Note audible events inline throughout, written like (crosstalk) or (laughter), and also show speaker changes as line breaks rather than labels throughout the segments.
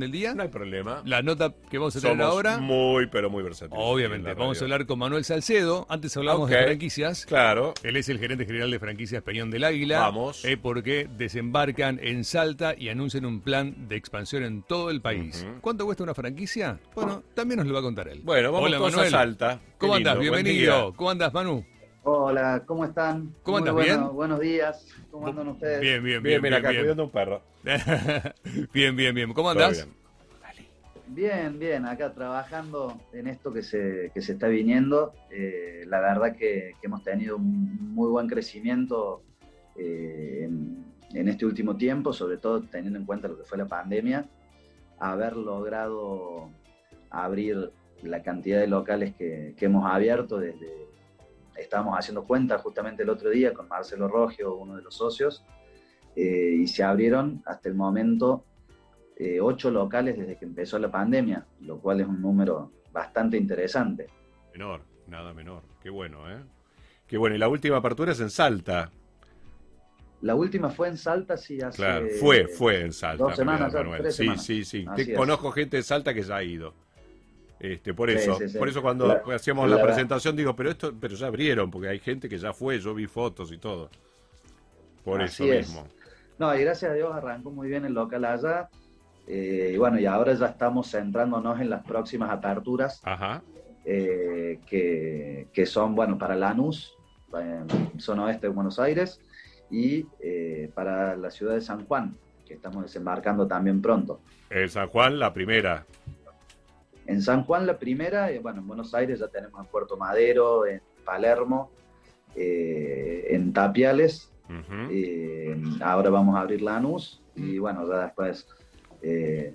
del día.
No hay problema.
La nota que vamos a tener
Somos
ahora,
muy, pero muy versátiles.
obviamente,
en la
vamos a
radio.
hablar con Manuel Salcedo. Antes hablábamos
Ok.
de franquicias.
Claro.
Él es el gerente general de franquicias Peñón del Águila.
Vamos.
eh, porque desembarcan en Salta y anuncian un plan de expansión en todo el país. ¿Cuánto cuesta una franquicia? Bueno, también nos lo va a contar él.
Bueno, vamos
Hola,
todos
Manuel.
a Salta. Qué
¿Cómo
lindo,
andas?
buen
Bienvenido.
día.
¿Cómo andas, Manu?
Hola, ¿cómo están?
¿Cómo
Muy
andas?
bueno-
¿Bien?
Buenos días, ¿cómo andan ustedes?
Bien, bien,
Bien,
bien.
bien, acá
bien, bien.
cuidando un perro.
(laughs) bien, bien, bien. ¿Cómo
Todo
andás?
bien.
Bien, bien, acá trabajando en esto que se, que se está viniendo. Eh, la verdad que, que hemos tenido un muy buen crecimiento eh, en, en este último tiempo, sobre todo teniendo en cuenta lo que fue la pandemia. Haber logrado abrir la cantidad de locales que, que hemos abierto desde... Estábamos haciendo cuenta justamente el otro día con Marcelo Rogio, uno de los socios, eh, y se abrieron hasta el momento eh, ocho locales desde que empezó la pandemia, lo cual es un número bastante interesante.
Menor, nada menor. Qué bueno, ¿eh? Qué bueno. Y la última apertura es en Salta.
La última fue en Salta, sí, hace...
Claro, fue, fue en Salta.
dos semanas,
Manuel.
ya,
Manuel.
tres
sí,
semanas.
sí, sí,
Así
Te-
es.
Conozco gente de Salta que ya ha ido. Este, por
Sí,
eso,
sí, sí.
por eso cuando
La-
hacíamos la,
la verdad.
presentación digo, pero esto, pero ya abrieron, porque hay gente que ya fue, yo vi fotos y todo. Por
Así
eso
es.
mismo.
No, y gracias a Dios arrancó muy bien el local allá. Eh, y bueno, y ahora ya estamos centrándonos en las próximas aperturas,
Ajá.
eh, que, que son, bueno, para Lanús, eh, zona oeste de Buenos Aires, y eh, para la ciudad de San Juan, que estamos desembarcando también pronto.
En San Juan, la primera.
En San Juan la primera, y bueno, en Buenos Aires ya tenemos en Puerto Madero, en Palermo, eh, en Tapiales,
Ujú.
eh, ahora vamos a abrir Lanús y bueno, ya después eh,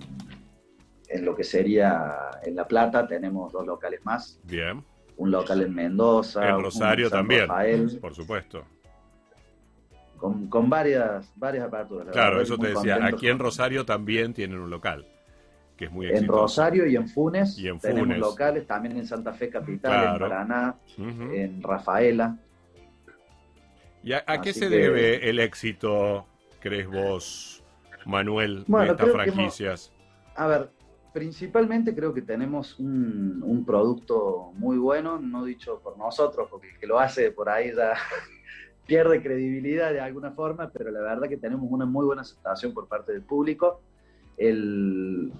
en lo que sería en La Plata tenemos dos locales más,
Bien.
un local en Mendoza,
En
un
Rosario
en San
también,
Rafael,
por supuesto.
con, con varias, varias aperturas. la
Claro,
verdad,
eso te
muy
decía.
contentos
Aquí en
con-
Rosario también tienen un local, que es muy
En
exitoso.
Rosario y en Funes
Y en
tenemos
Funes.
locales, también en Santa Fe Capital,
Claro.
en Paraná,
Ujú.
en Rafaela.
¿Y a, a qué
Así
se
que-
debe el éxito, crees vos, Manuel,
Bueno,
de estas
creo que hemos-
franquicias?
A ver, principalmente creo que tenemos un, un producto muy bueno, no dicho por nosotros, porque el que lo hace por ahí ya (laughs) pierde credibilidad de alguna forma, pero la verdad que tenemos una muy buena aceptación por parte del público. El,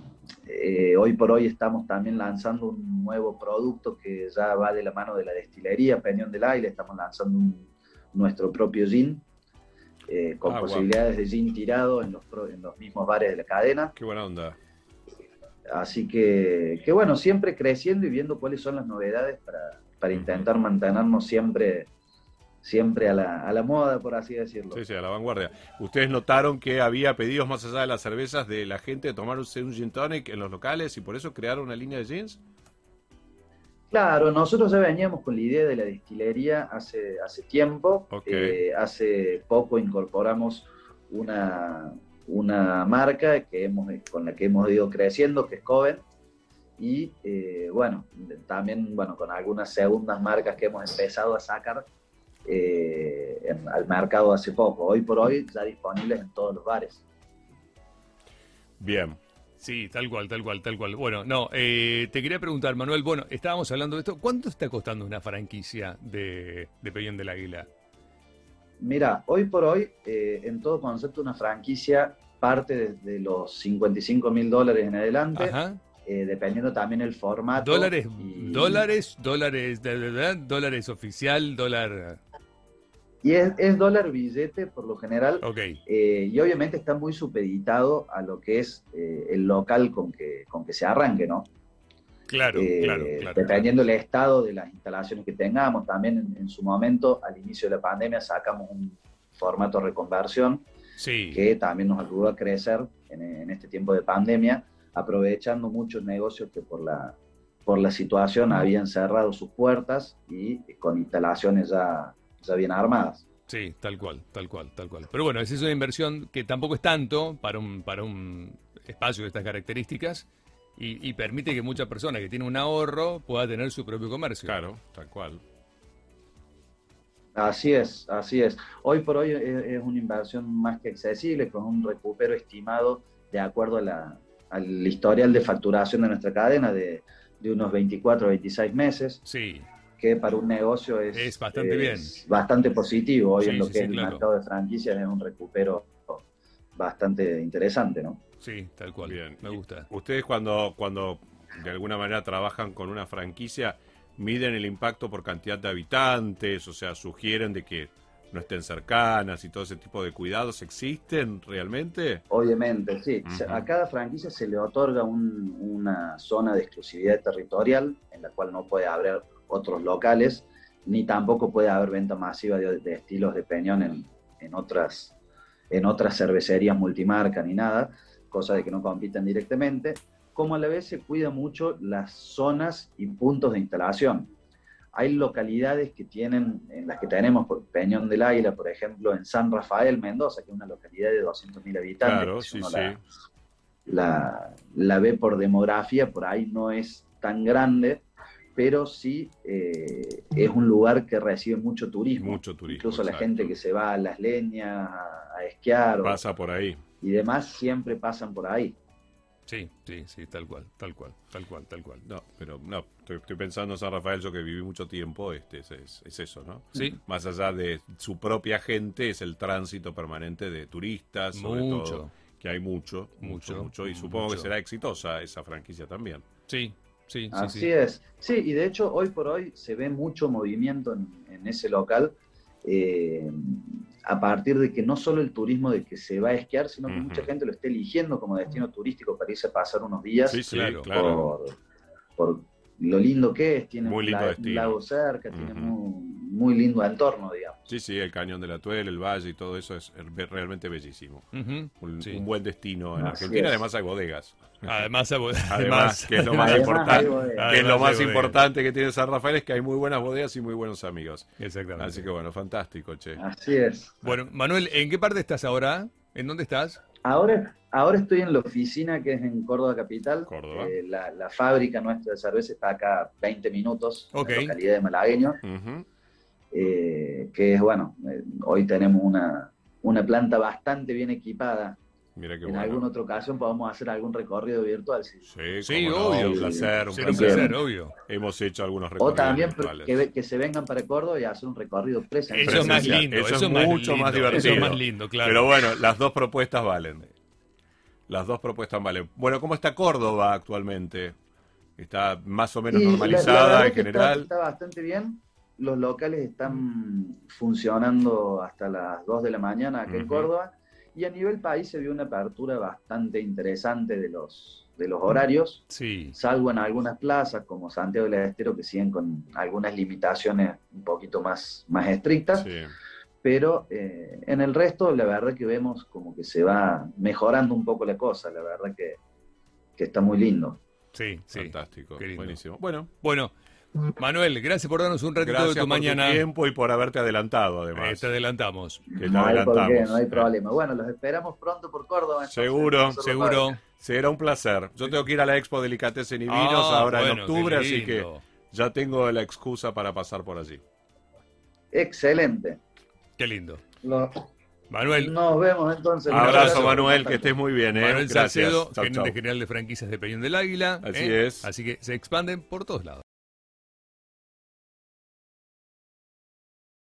eh, hoy por hoy estamos también lanzando un nuevo producto que ya va de la mano de la destilería Peñón del Aire, estamos lanzando un- nuestro propio gin. eh, con
Ah, guau.
posibilidades de gin tirado en los, pro- en los mismos bares de la cadena.
Qué buena onda.
Así que, que bueno, siempre creciendo y viendo cuáles son las novedades para, para
Ujú.
intentar mantenernos siempre, siempre a, la, a la moda, por así decirlo.
Sí, sí, a la vanguardia. Ustedes notaron que había pedidos más allá de las cervezas de la gente de tomarse un gin tonic en los locales y por eso crearon una línea de jeans.
Claro, nosotros ya veníamos con la idea de la destilería hace, hace tiempo.
Ok.
Eh, hace poco incorporamos una, una marca que hemos, con la que hemos ido creciendo, que es Coven. Y eh, bueno, de- también bueno, con algunas segundas marcas que hemos empezado a sacar eh, en- al mercado hace poco. Hoy por hoy ya disponibles en todos los bares.
Bien.
Sí, tal cual, tal cual, tal cual. Bueno, no, eh, te quería preguntar, Manuel, bueno, estábamos hablando de esto. ¿Cuánto está costando una franquicia de, de Peñón del Águila?
Mira, hoy por hoy, eh, en todo concepto, una franquicia parte desde los 55 mil dólares en adelante,
Ajá.
eh, dependiendo también el formato.
Dólares,
y-
dólares, dólares, de verdad, dólares oficial, dólar.
Y es, es dólar billete por lo general,
Ok,
eh, y obviamente está muy supeditado a lo que es eh, el local con que, con que se arranque, ¿no?
claro,
Eh,
claro, claro.
Dependiendo el estado de las instalaciones que tengamos, también en, en su momento, al inicio de la pandemia, sacamos un formato reconversión
Sí,
que también nos ayudó a crecer en, en este tiempo de pandemia, aprovechando muchos negocios que por la, por la situación habían cerrado sus puertas y con instalaciones ya, ya bien armadas.
sí, tal cual, tal cual, tal cual. Pero bueno, esa es una inversión que tampoco es tanto para un, para un espacio de estas características y, y permite que mucha persona que tiene un ahorro pueda tener su propio comercio.
Claro, tal cual.
Así es, así es. Hoy por hoy es, es una inversión más que accesible, con un recupero estimado de acuerdo a la, al historial de facturación de nuestra cadena de, de unos 24 26 meses,
Sí,
que para un negocio es,
Es bastante
es bastante positivo. Hoy
Sí,
en lo
sí,
que
sí,
es
claro.
el mercado de franquicias es un recupero bastante interesante, ¿no?
sí, tal cual.
Bien.
Me gusta.
Ustedes cuando, cuando de alguna manera trabajan con una franquicia, miden el impacto por cantidad de habitantes, o sea, sugieren de que no estén cercanas y todo ese tipo de cuidados existen realmente.
Obviamente, sí. Se-
Ujú.
A cada franquicia se le otorga un- una zona de exclusividad territorial en la cual no puede haber otros locales, ni tampoco puede haber venta masiva de, de estilos de peñón en, en otras, en otras cervecerías multimarca ni nada, cosa de que no compiten directamente. Como a la vez se cuida mucho las zonas y puntos de instalación. Hay localidades que tienen, en las que tenemos por Peñón del Águila, por ejemplo, en San Rafael, Mendoza, que es una localidad de 200.000 habitantes.
Claro,
que si
sí,
uno
sí.
la- la, la ve por demografía, por ahí no es tan grande, pero sí eh, es un lugar que recibe mucho turismo.
Mucho turismo.
Incluso la
exacto.
gente que se va a las leñas, a, a esquiar o-
pasa por ahí.
y demás, siempre pasan por ahí.
Sí, sí, sí, tal cual, tal cual, tal cual, tal cual.
No, pero no, estoy, estoy pensando en San Rafael, yo que viví mucho tiempo, este es, es- es eso, ¿no?
Sí,
Más allá de su propia gente, es el tránsito permanente de turistas, sobre todo,
mucho.
que hay mucho, mucho,
Mucho,
mucho, y supongo que
mucho.
será exitosa esa franquicia también.
Sí, sí, sí.
Así
sí.
es. Sí, y de hecho hoy por hoy se ve mucho movimiento en, en ese local eh, a partir de que no solo el turismo de que se va a esquiar, sino que
Ujú.
mucha gente lo está eligiendo como destino turístico para irse a pasar unos días.
Sí, sí, claro.
claro.
por, por lo lindo que es, tiene
Muy
un
lindo
la-
destino.
lago cerca, tiene
Ujú.
muy, muy lindo entorno, digamos.
Sí, sí, el cañón de la Tuel, el valle y todo eso es re- realmente bellísimo.
Ujú,
Un,
sí.
un buen destino en
Así
Argentina,
es.
además hay bodegas. (laughs)
Además, abo-
Además, que es lo más
Además,
importante.
ah, hay bodegas.
que es lo
Además
más
hay bodegas.
importante que tiene San Rafael es que hay muy buenas bodegas y muy buenos amigos.
Exactamente.
Así que bueno, fantástico, che.
Así es.
Bueno, Manuel, ¿en qué parte estás ahora? ¿En dónde estás?
Ahora, ahora estoy en la oficina que es en Córdoba Capital.
Córdoba.
Eh, la, la fábrica nuestra de cerveza está acá a 20 minutos,
Ok.
en la localidad de Malagueño,
Ujú.
eh, que es, bueno, eh, hoy tenemos una, una planta bastante bien equipada.
Mira qué
en
bueno.
alguna otra ocasión podemos hacer algún recorrido virtual. si-
Sí,
Sí,
cómo no,
obvio.
Un placer, un
Será un
placer.
placer, obvio.
Hemos hecho algunos
O
recorridos.
también
virtuales.
que, ve- que se vengan para Córdoba y hacer un recorrido presencial.
Eso es más
Presencial.
lindo,
Eso
eso,
es
es más
mucho
lindo,
más divertido.
Eso es más lindo, claro.
Pero bueno, las dos propuestas valen. Las dos propuestas valen. Bueno, ¿cómo está Córdoba actualmente? Está más o menos
Y la- la
normalizada
verdad
en
que está-
general.
Está, bastante bien. Los locales están funcionando hasta las 2 de la mañana aquí en
Ujú.
Córdoba. Y a nivel país se vio una apertura bastante interesante de los, de los horarios,
Sí,
salvo en algunas plazas como Santiago del Estero que siguen con algunas limitaciones un poquito más, más estrictas.
Sí.
Pero eh, en el resto, la verdad que vemos como que se va mejorando un poco la cosa. La verdad que, que está muy lindo.
sí, sí.
Fantástico.
qué lindo.
Buenísimo. Bueno,
Bueno, Manuel, gracias por darnos un ratito
gracias
de
por
tu mañana.
tu tiempo y por haberte adelantado,
Eh,
además.
te adelantamos.
Que te
no hay por qué, no hay
adelantamos.
problema. Bueno, los esperamos pronto por Córdoba. entonces.
Seguro,
Nosotros
Seguro.
Será un placer. Yo tengo que ir a la Expo Delicatessen y Vinos
Ah,
ahora en
bueno, qué
octubre, así que
lindo.
ya tengo la excusa para pasar por allí.
para- Excelente.
Qué lindo.
Lo-
Manuel,
Nos vemos entonces.
Un
abrazo,
abrazo.
Manuel, que estés muy bien. ¿eh?
Manuel
Gracias.
Salcedo,
Chau,
gerente
chau.
general de franquicias de Peñón del Águila.
Así
¿eh?
es.
Así que se expanden por todos lados.